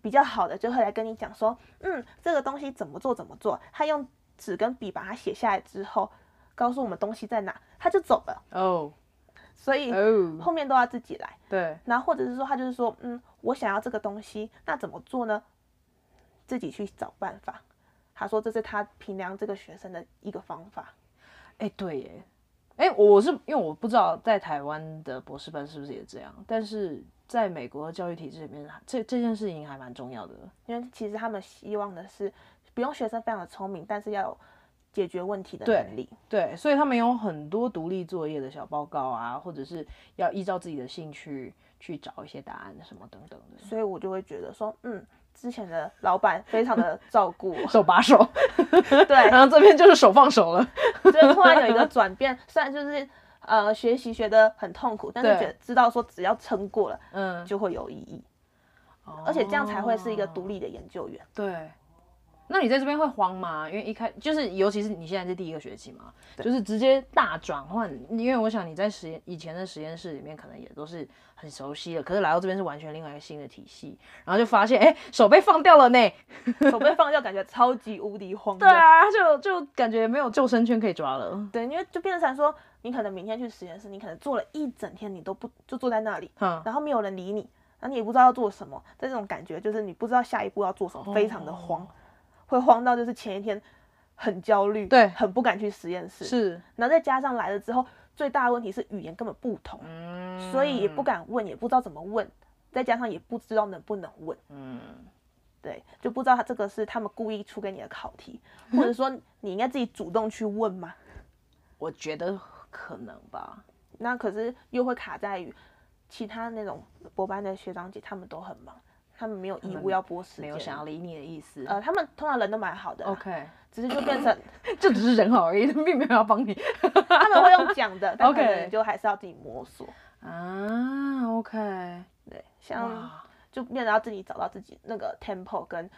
S3: 比较好的就会来跟你讲说，嗯，这个东西怎么做怎么做，他用纸跟笔把它写下来之后，告诉我们东西在哪，他就走了。
S2: 哦
S3: 所以
S2: 哦，
S3: 后面都要自己来。
S2: 对，
S3: 然后或者是说，他就是说，嗯，我想要这个东西，那怎么做呢？自己去找办法。他说这是他评量这个学生的一个方法。
S2: 哎对耶，哎我是因为我不知道在台湾的博士班是不是也这样，但是在美国的教育体制里面，这这件事情还蛮重要的。
S3: 因为其实他们希望的是不用学生非常的聪明，但是要有解决问题的
S2: 对
S3: 能力。
S2: 对，所以他们有很多独立作业的小报告啊，或者是要依照自己的兴趣去找一些答案什么等等的。
S3: 所以我就会觉得说，嗯，之前的老板非常 的照顾我，
S2: 手把手，
S3: 对，
S2: 然后这边就是手放手了。
S3: 就是突然有一个转变。虽然就是呃学习学得很痛苦，但是
S2: 对
S3: 觉知道说只要撑过了
S2: 嗯，
S3: 就会有意义，而且这样才会是一个独
S2: 哦
S3: 立的研究员。
S2: 对。那你在这边会慌吗？因为一开就是，尤其是你现在是第一个学期嘛，就是直接大转换。因为我想你在实验以前的实验室里面，可能也都是很熟悉的，可是来到这边是完全另外一个新的体系，然后就发现，哎、手被放掉了呢。
S3: 手被放掉，感觉超级无敌慌的。
S2: 哦对啊，就就感觉没有救生圈可以抓了。
S3: 对，因为就变成说，你可能明天去实验室，你可能坐了一整天，你都不就坐在那里，
S2: 嗯，
S3: 然后没有人理你，然后你也不知道要做什么，这种感觉就是你不知道下一步要做什
S2: 哦
S3: 么，非常的慌，会慌到就是前一天很焦虑，
S2: 对
S3: 很不敢去实验室，，
S2: 是，
S3: 然后再加上来了之后，最大的问题是语言根本不同，
S2: 嗯
S3: 所以也不，敢问，也不知道怎么问，再加上也不知道能不能问，
S2: 嗯，
S3: 对，就不知道他这个是他们故意出给你的考题，或者说你应该自己主动去问嘛，
S2: 我觉得可能吧。
S3: 那可是又会卡在于其他那种博班的学长姐，他们都很忙，他们没有义务要播时间，
S2: 没有想要理你的意思。
S3: 呃，他们通常人都蛮好的 啦
S2: OK，
S3: 只是就变成
S2: 这只是人好而已，并没有要帮你
S3: 他们会用讲的，但可
S2: OK
S3: 能就还是要自己摸索。
S2: 啊。OK，
S3: 对，像
S2: 哇，
S3: 就变得要自己找到自己那个 tempo 跟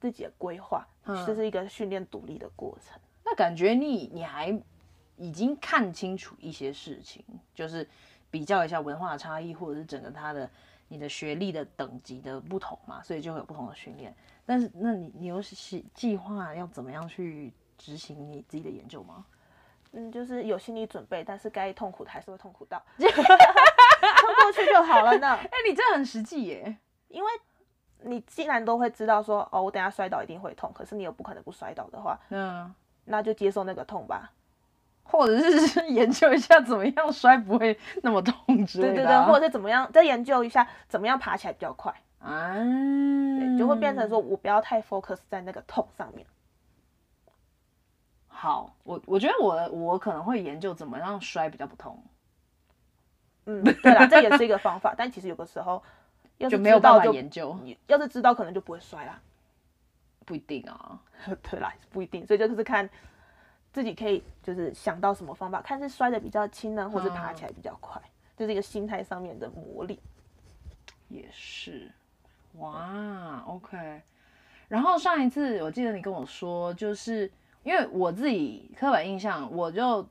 S3: 自己的规划，
S2: 嗯
S3: 这是一个训练独立的过程。
S2: 那感觉你你还已经看清楚一些事情，就是比较一下文化差异，或者是整个他的你的学历的等级的不同嘛，所以就会有不同的训练。但是，那你你有计计划要怎么样去执行你自己的研究吗？
S3: 嗯，就是有心理准备，但是该痛苦的还是会痛苦到， 撑过去就好了呢。
S2: 哎、你这很实际耶。
S3: 因为你既然都会知道说，哦，我等一下摔倒一定会痛，可是你又不可能不摔倒的话，
S2: 嗯，
S3: 那就接受那个痛吧。
S2: 或者是 研究一下怎么样摔不会那么痛之
S3: 对
S2: 类
S3: 对
S2: 的、
S3: 对，
S2: 啊，
S3: 或者是怎么样，再研究一下怎么样爬起来比较快。
S2: 啊，
S3: 对，就会变成说
S2: 嗯
S3: 我不要太 focus 在那个痛上面。
S2: 好，我我觉得我我可能会研究怎么样摔比较不痛，
S3: 嗯，对啦，这也是一个方法，但其实有的时候要是
S2: 就没有
S3: 知道
S2: 办法
S3: 就
S2: 研究，
S3: 要是知道可能就不会摔啦。
S2: 不一定啊。
S3: 对啦，不一定，所以就是看自己可以就是想到什么方法，看是摔的比较轻呢，或是
S2: 嗯
S3: 爬起来比较快，就是一个心态上面的磨砺。
S2: 也是，哇，OK。然后上一次我记得你跟我说，就是因为我自己刻板印象，我就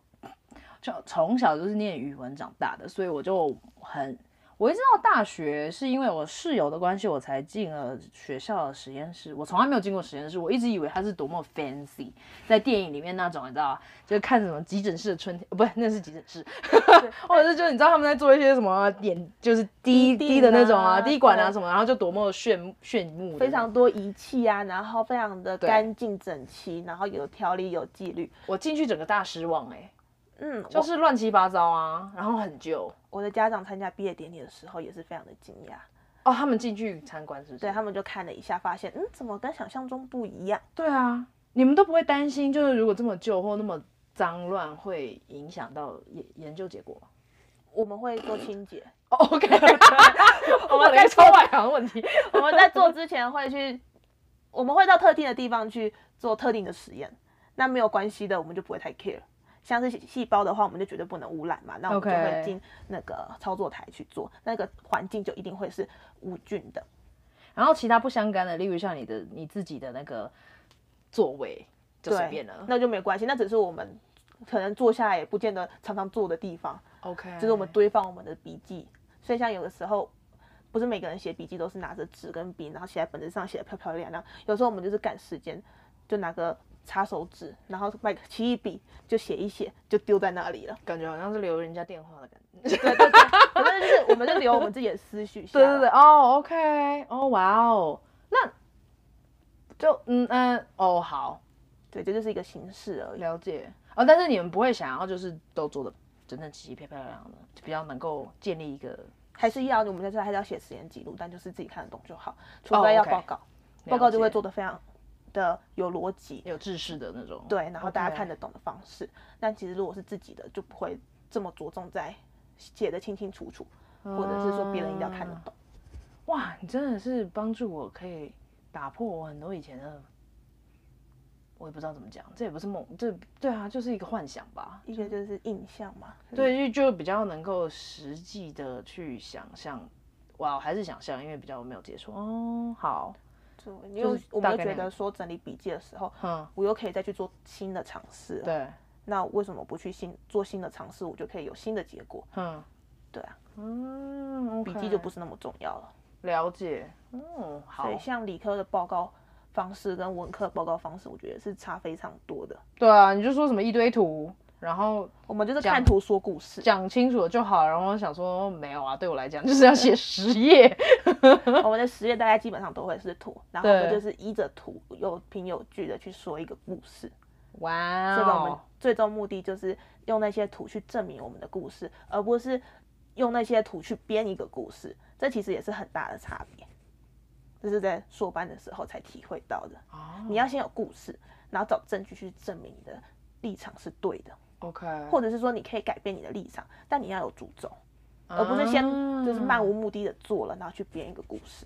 S2: 就从小就是念语文长大的，所以我就很，我一直到大学是因为我室友的关系，我才进了学校的实验室。我从来没有进过实验室，我一直以为它是多么 fancy，在电影里面那种，你知道，就是看什么急诊室的春天，呃不是，那是急诊室，或者是就是你知道他们在做一些什么眼，就是滴
S3: 滴
S2: 滴的那种
S3: 啊
S2: 啊，滴管啊
S3: 对
S2: 什么，然后就多么炫炫目的那种，
S3: 非常多仪器啊，然后非常的
S2: 对
S3: 干净整齐，然后有条理有纪律。
S2: 我进去整个大失望哎、
S3: 嗯，
S2: 就
S3: 就是
S2: 是乱七八糟啊，然后很旧
S3: 我的家长参加毕业典礼的时候也是非常的惊讶，
S2: 哦。他们进去参观是不是？
S3: 对他们就看了一下，发现嗯，怎么跟想象中不一样？
S2: 对啊，你们都不会担心，就是如果这么旧或那么脏乱，会影响到研研究结果吗？
S3: 我们会做清洁，
S2: OK，我
S3: 们
S2: 们
S3: 在
S2: 在超外行问题。
S3: 我们在做之前会去，我们会到特定的地方去做特定的实验。那没有关系的，我们就不会太 care。像是细胞的话，我们就绝对不能污染嘛，那我们就
S2: OK
S3: 会进那个操作台去做，那个环境就一定会是无菌的。
S2: 然后其他不相干的，例如像你的你自己的那个座位，就随
S3: 对
S2: 便了。
S3: 那就没关系，那只是我们可能坐下来也不见得常常坐的地方，
S2: OK，
S3: 就是我们堆放我们的笔记。所以像有的时候，不是每个人写笔记都是拿着纸跟笔，然后写在本子上写的漂漂亮亮。有时候我们就是赶时间，就拿个擦手纸，然后买个奇异笔就写一写，就丢在那 里了。
S2: 感觉好像是留人家电话的感觉。
S3: 对对对，反正就是我们就留我们自己的思绪下
S2: 对
S3: 来。
S2: 对对，哦，OK，哦，哇哦，那就嗯嗯，哦，好，
S3: 对，这就是一个形式而已。
S2: 了解。哦，但是你们不会想要就是都做的整整齐齐、漂漂亮亮的，就比较能够建立一个
S3: 还是要我们在这还是要写实验记录，但就是自己看得懂就好。除
S2: 哦
S3: 非要
S2: OK
S3: 报告，报告就
S2: 了
S3: 会
S2: 解
S3: 做的非常的有逻辑，
S2: 有制式的那种。
S3: 对，然后大家
S2: OK
S3: 看得懂的方式。但其实如果是自己的，就不会这么着重在写的清清楚楚，或者是说别人一定要看得懂。
S2: 哇，你真的是帮助我，可以打破我很多以前的，我也不知道怎么讲，这也不是梦，这对啊，就是一个幻想吧。
S3: 一个就是印象嘛，
S2: 对，就就比较能够实际的去想象。哇，我还是想象，因为比较没有接触。哦，好，
S3: 对，因为我
S2: 大概
S3: 们就觉
S2: 那个
S3: 得说整理笔记的时候，
S2: 嗯，
S3: 我又可以再去做新的尝试了。
S2: 对，
S3: 那为什么不去新做新的尝试，我就可以有新的结果？
S2: 嗯，
S3: 对啊，
S2: 嗯，
S3: 笔记就不是那么重要了。
S2: 了解。嗯，好
S3: 对，，像理科的报告方式跟文科的报告方式，我觉得是差非常多的。
S2: 对啊，你就说什么一堆图，然后
S3: 我们就是看图说故事，
S2: 讲清楚了就好。然后我想说，没有啊，对我来讲就是要写实 业。
S3: 我们的实验大家基本上都会是图，然后我们
S2: 对
S3: 就是依着图有凭有据的去说一个故事。
S2: 哇、哦，
S3: 这个我们最终目的就是用那些图去证明我们的故事，而不是用那些图去编一个故事。这其实也是很大的差别，这是在硕班的时候才体会到的。
S2: 哦
S3: 你要先有故事，然后找证据去证明你的立场是对的。
S2: OK，
S3: 或者是说你可以改变你的立场，但你要有主轴，而不是先就是漫
S2: 啊。
S3: 无目的的做了，然后去编一个故事。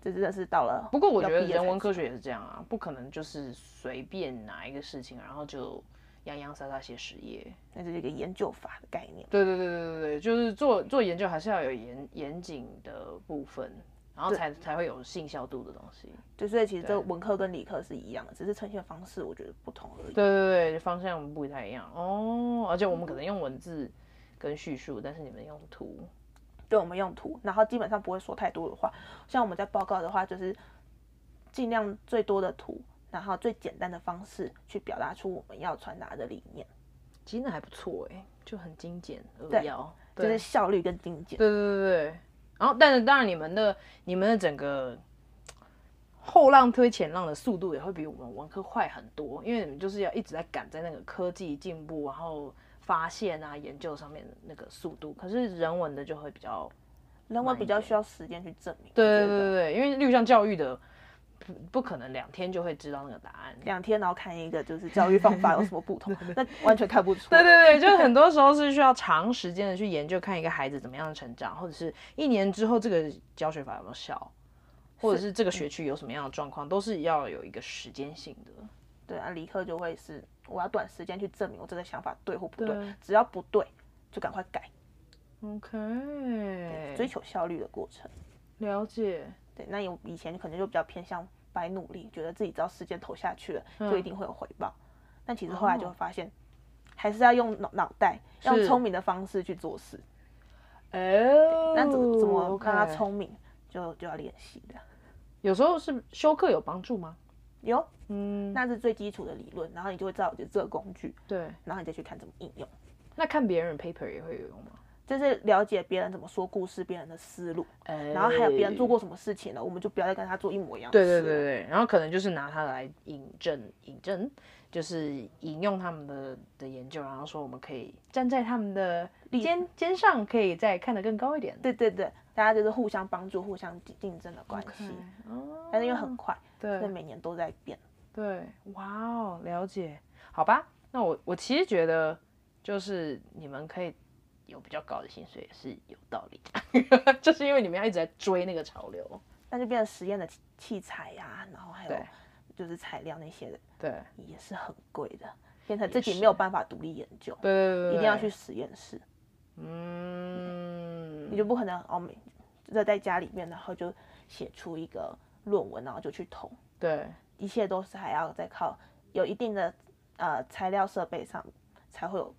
S3: 这真的是到了
S2: 不过我觉
S3: 要
S2: 得
S3: 毕业才
S2: 人文科
S3: 知
S2: 学也是这样啊，不可能就是随便拿一个事情，然后就洋洋洒洒写实业。
S3: 道，那是一个研究法的概念。
S2: 对对对对对对，就是做做研究还是要有严严谨的部分，然后才才会有信效度的东西。
S3: 对，所以其实这文科跟理科是一样的，只是呈现方式我觉得不同而
S2: 对
S3: 已。
S2: 对对，方向不太一样哦。而且我们可能用文字跟叙述，但是你们用图。
S3: 对，我们用图，然后基本上不会说太多的话。像我们在报告的话，就是尽量最多的图，然后最简单的方式去表达出我们要传达的理念，
S2: 其实那还不错哎、就很精简扼
S3: 对
S2: 要，
S3: 就
S2: 对
S3: 是效率跟精简。
S2: 对对对对，然后但是当然你们的你们的整个后浪推前浪的速度也会比我们文科快很多，因为你们就是要一直在赶在那个科技进步，然后发现啊研究上面的那个速度。可是人文的就会比较，
S3: 人文
S2: 慢一
S3: 比较
S2: 点
S3: 需要时间去证明。
S2: 对
S3: 我觉
S2: 对
S3: 得
S2: 对对对，因为六项教育的不不可能两天就会知道那个答案。
S3: 两天，然后看一个就是教育方法有什么 不同，那完全看不出来。
S2: 对对对，就很多时候是需要长时间的去研究，看一个孩子怎么样成长，或者是一年之后这个教学法有没有效，或者是这个学区有什么样的状况，都是要有一个时间性的。
S3: 对啊，理科就会是我要短时间去证明我这个想法对或不对，
S2: 对
S3: 只要不对就赶快改，
S2: OK，
S3: 追求效率的过程。
S2: 了解，
S3: 对，那有以前可能就比较偏向白努力，觉得自己只要时间投下去了，
S2: 嗯
S3: 就一定会有回报。但其实后来就会发现，还是要用脑脑袋，用
S2: 哦是
S3: 聪明的方式去做事。
S2: 哦，
S3: 那怎么怎么让他
S2: OK
S3: 聪明，就就要练习的。
S2: 有时候是修课有帮助吗？
S3: 有，
S2: 嗯，
S3: 那是最基础的理论，然后你就会知道有这个工具，
S2: 对。
S3: 然后你再去看怎么应用。
S2: 那看别人的 paper 也会有用吗？
S3: 就是了解别人怎么说故事，别人的思路，
S2: 然
S3: 然后还有别人做，过什么事情了，我们就不要再跟他做一模一样的
S2: 哎对
S3: 事
S2: 对
S3: 了。
S2: 对对，然后可能就是拿它来引证引证，就是引用他们的的研究，然后说我们可以站在他们的肩肩上，可以再看得更高一点。
S3: 对对对大家就是互相帮助、互相竞竞争的关系。
S2: 哦，
S3: 但是因为很快，所以
S2: 对
S3: 每年都在变。
S2: 对，哇哦，了解，好吧，那我我其实觉得就是你们可以有比较高的薪水也是有道理的， 就是因为你们要一直在追那个潮流。
S3: 那就变成实验的器器材呀、然后还有
S2: 对
S3: 就是材料那些的
S2: 对
S3: 也是很贵的，变成自己
S2: 是
S3: 没有办法独立研究，
S2: 对对对对，
S3: 一定要去实验室，
S2: 嗯
S3: 你，就不可能哦，每就在家里面，然后就写出一个论文，然后就去投，
S2: 对
S3: 一切都是还要再靠有一定的呃材料设备上才会有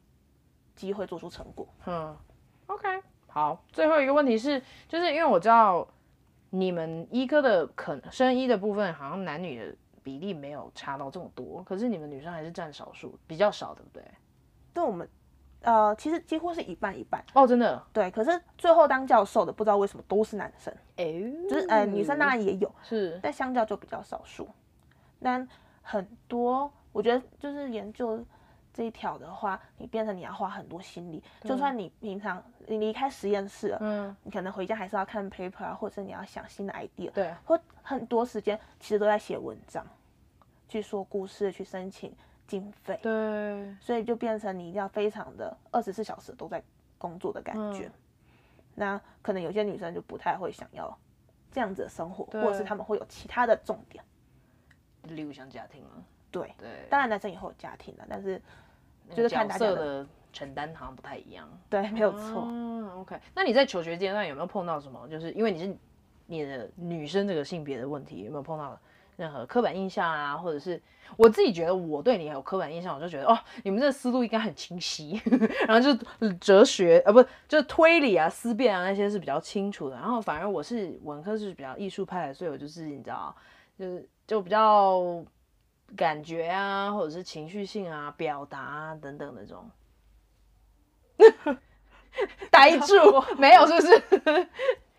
S3: 机会做出成果。
S2: 嗯，OK，好，最后一个问题是，就是因为我知道你们医科的可能生医的部分，好像男女的比例没有差到这么多，可是你们女生还是占少数，比较少，对不对？
S3: 但我们呃其实几乎是一半一半，
S2: 哦，真的，
S3: 对。可是最后当教授的不知道为什么都是男生，
S2: 哎、
S3: 就是呃女生当然也有，
S2: 是
S3: 但相较就比较少数。但很多，我觉得就是研究这一条的话，你变成你要花很多心力。就算你平常你离开实验室了，
S2: 嗯，
S3: 你可能回家还是要看 paper 啊，或者是你要想新的 idea，
S2: 对，
S3: 或很多时间其实都在写文章，去说故事，去申请经费，
S2: 对，
S3: 所以就变成你一定要非常的二十四小时都在工作的感觉。
S2: 嗯
S3: 那可能有些女生就不太会想要这样子的生活，
S2: 对
S3: 或者是她们会有其他的重点。
S2: 例如像家庭了，
S3: 对，
S2: 对，
S3: 当然男生也会有家庭的，啊但是
S2: 那
S3: 就
S2: 个
S3: 是看
S2: 角
S3: 大家
S2: 色
S3: 的
S2: 的承担好像不太一样，
S3: 对没有错，
S2: 嗯，OK，那你在求学阶段有没有碰到什么？就是因为你是你的女生这个性别的问题，有没有碰到任何刻板印象啊？或者是我自己觉得我对你有刻板印象，我就觉得哦，你们这个思路应该很清晰， 然后就是哲学呃，不就是推理啊、思辨啊那些是比较清楚的。然后反而我是文科是比较艺术派的，所以我就是你知道，就是就比较感觉啊，或者是情绪性啊、表达啊等等的这种。呆 住，没有，是不是？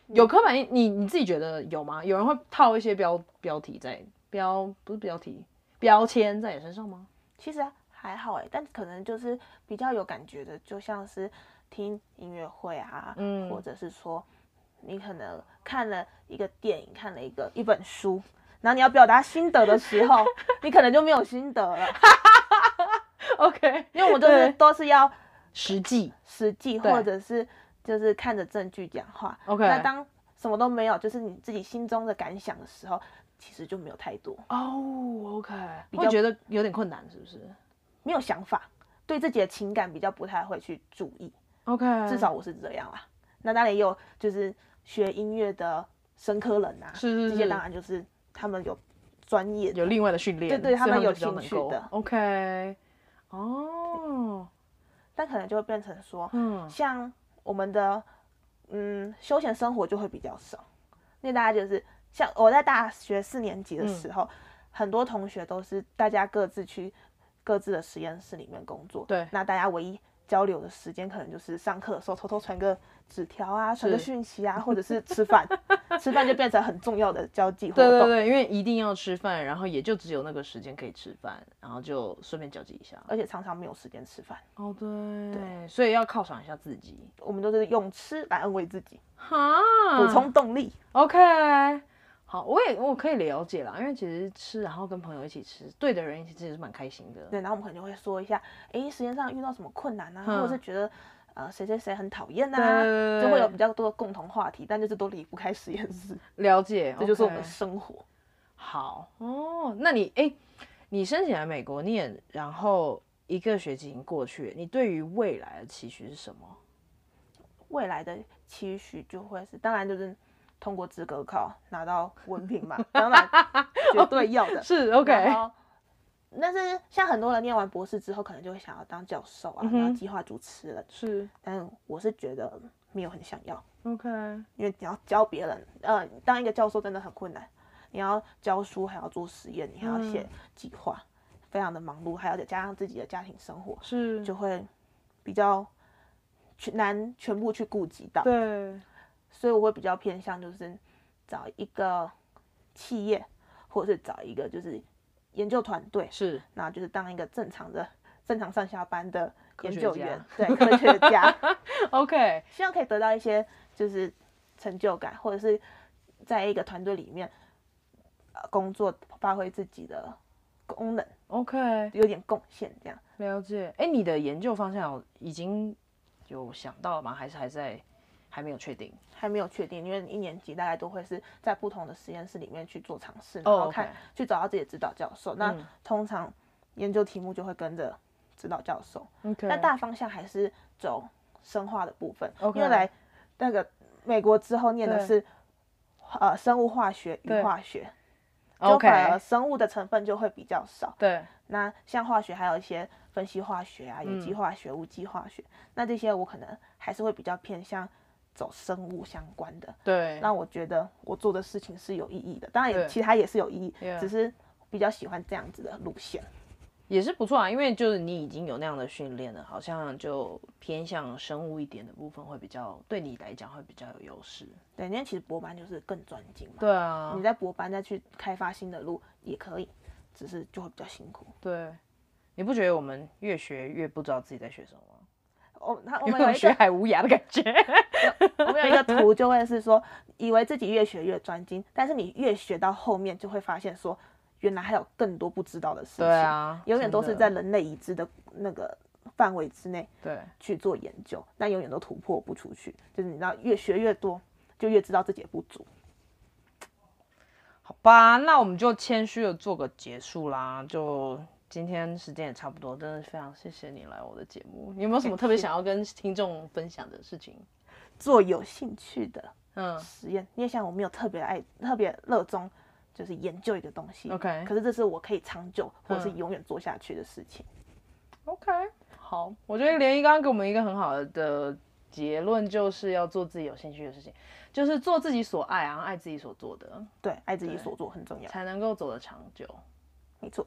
S2: 有刻板印，你你自己觉得有吗？有人会套一些标标题在标不是标题标签在你身上吗？
S3: 其实还好哎、但可能就是比较有感觉的，就像是听音乐会啊，
S2: 嗯
S3: 或者是说你可能看了一个电影，看了一个一本书，然后你要表达心得的时候，你可能就没有心 得了，
S2: OK，
S3: 因为我就是
S2: 对
S3: 都是要
S2: 实际
S3: 实际
S2: 对
S3: 或者是就是看着证据讲话。
S2: OK
S3: 那当什么都没有，就是你自己心中的感想的时候，其实就没有太多，
S2: 哦，OK，
S3: 较
S2: 会觉得有点困难，是不是
S3: 没有想法，对自己的情感比较不太会去注意。
S2: ？OK，
S3: 至少我是这样啦。那当然也有就是学音乐的生科人啊，
S2: 是是
S3: 这些
S2: 是
S3: 当然就是他们有专业的
S2: 有另外的训练，
S3: 对对他们
S2: 所以
S3: 有
S2: 比较能
S3: 兴趣
S2: 够
S3: 的
S2: OK，哦，
S3: 但可能就会变成说，
S2: 嗯，
S3: 像我们的嗯休闲生活就会比较少，因为大家就是像我在大学四年
S2: 嗯
S3: 级的时候，很多同学都是大家各自去各自的实验室里面工作，
S2: 对
S3: 那大家唯一。交流的时间可能就是上课的时候偷偷传个纸条啊，传个
S2: 是
S3: 讯息啊，或者是吃 饭，吃饭就变成很重要的交际活
S2: 对
S3: 动。
S2: 对对，因为一定要吃饭，然后也就只有那个时间可以吃饭，然后就顺便交际一下。
S3: 而且常常没有时间吃饭，
S2: 哦，对，所以要犒赏一下自己。
S3: 我们都是用吃来安慰自己，
S2: 哈，
S3: 补充动力。
S2: OK，好，我也我可以了解啦，因为其实吃，然后跟朋友一起吃，对的人一起吃也是蛮开心的。
S3: 对，然后我们可能就会说一下，诶，时间上遇到什么困难啊，
S2: 嗯
S3: 或者是觉得呃谁谁谁很讨厌
S2: 对对对
S3: 呐、
S2: 对
S3: 就会有比较多的共同话题，但就是都离不开实验室，
S2: 了解，
S3: 这就是我们的
S2: OK
S3: 生活。
S2: 好哦。那你哎、你申请来美国念，然后一个学期已经过去了，你对于未来的期许是什么？
S3: 未来的期许就会是，当然就是通过资格考拿到文凭嘛，当然绝对要的。
S2: 是
S3: 然后但是像很多人念完博士之后，可能就会想要当教授啊，然后
S2: 嗯哼
S3: 计划主持人，
S2: 是
S3: 但我是觉得没有很想要。
S2: OK，
S3: 因为你要教别人，呃，当一个教授真的很困难，你要教书，还要做实验，你还要
S2: 嗯
S3: 写计划，非常的忙碌，还要再加上自己的家庭生活，
S2: 是
S3: 就会比较去难全部去顾及到，
S2: 对，
S3: 所以我会比较偏向就是找一个企业，或者是找一个就是研究团队，
S2: 是
S3: 然后就是当一个正常的正常上下班的研
S2: 学
S3: 究
S2: 家
S3: 员，对，科学家。
S2: OK，
S3: 希望可以得到一些就是成就感，或者是在一个团队里面、呃、工作，发挥自己的功能，
S2: OK，
S3: 有点贡献这样。
S2: 了解。哎，你的研究方向有已经有想到了吗？还是还在还没有确定？
S3: 还没有确定，因为一年级大概都会是在不同的实验室里面去做尝试，
S2: 哦
S3: 然后看、
S2: OK
S3: 去找到自己的指导教授。那
S2: 嗯
S3: 通常研究题目就会跟着指导教授，
S2: 那
S3: 但大方向还是走生化的部分
S2: OK
S3: 因为来那个美国之后念的
S2: 对
S3: 是呃生物化学与
S2: 对
S3: 化学，就
S2: OK
S3: 反而生物的成分就会比较少。
S2: 对
S3: 那像化学还有一些分析化学啊、有机
S2: 嗯
S3: 化学、无机化学，那这些我可能还是会比较偏向走生物相关的。
S2: 对，
S3: 那我觉得我做的事情是有意义的，当然也
S2: 对
S3: 其他也是有意义
S2: Yeah
S3: 只是比较喜欢这样子的路线。
S2: 也是不错啊，因为就是你已经有那样的训练了，好像就偏向生物一点的部分会比较对你来讲会比较有优势。
S3: 对，因为其实博班就是更专精嘛。
S2: 对啊
S3: 你在博班再去开发新的路也可以，只是就会比较辛苦。
S2: 对，你不觉得我们越学越不知道自己在学什么吗？
S3: 哦，那我
S2: 有啊没
S3: 们有
S2: 有
S3: 一
S2: 学
S3: 个
S2: 海无涯的感觉？
S3: 我们有一个图就会是说，以为自己越学越专精，但是你越学到后面就会发现说，原来还有更多不知道的事情。
S2: 对啊，
S3: 永远都是
S2: 真
S3: 在
S2: 的
S3: 人类已知的那个范围之内
S2: 对。
S3: 去做研究，但永远都突破不出去。就是你知道，越学越多，就越知道自己的不足。
S2: 好吧，那我们就谦虚的做个结束啦。就今天时间也差不多，真的非常谢谢你来我的节目。你有没有什么特别想要跟听众分享的事情？
S3: 做有兴趣的
S2: 嗯
S3: 实验，因为像我没有特别爱、特别热衷，就是研究一个东西。
S2: OK
S3: 可是这是我可以长久或是
S2: 嗯
S3: 永远做下去的事情。
S2: ，OK，好，我觉得莲一刚刚给我们一个很好的结论，就是要做自己有兴趣的事情，就是做自己所爱啊，爱自己所做的，
S3: 对，爱自己
S2: 对
S3: 所做很重要。
S2: 才能够走得长久。
S3: 没错，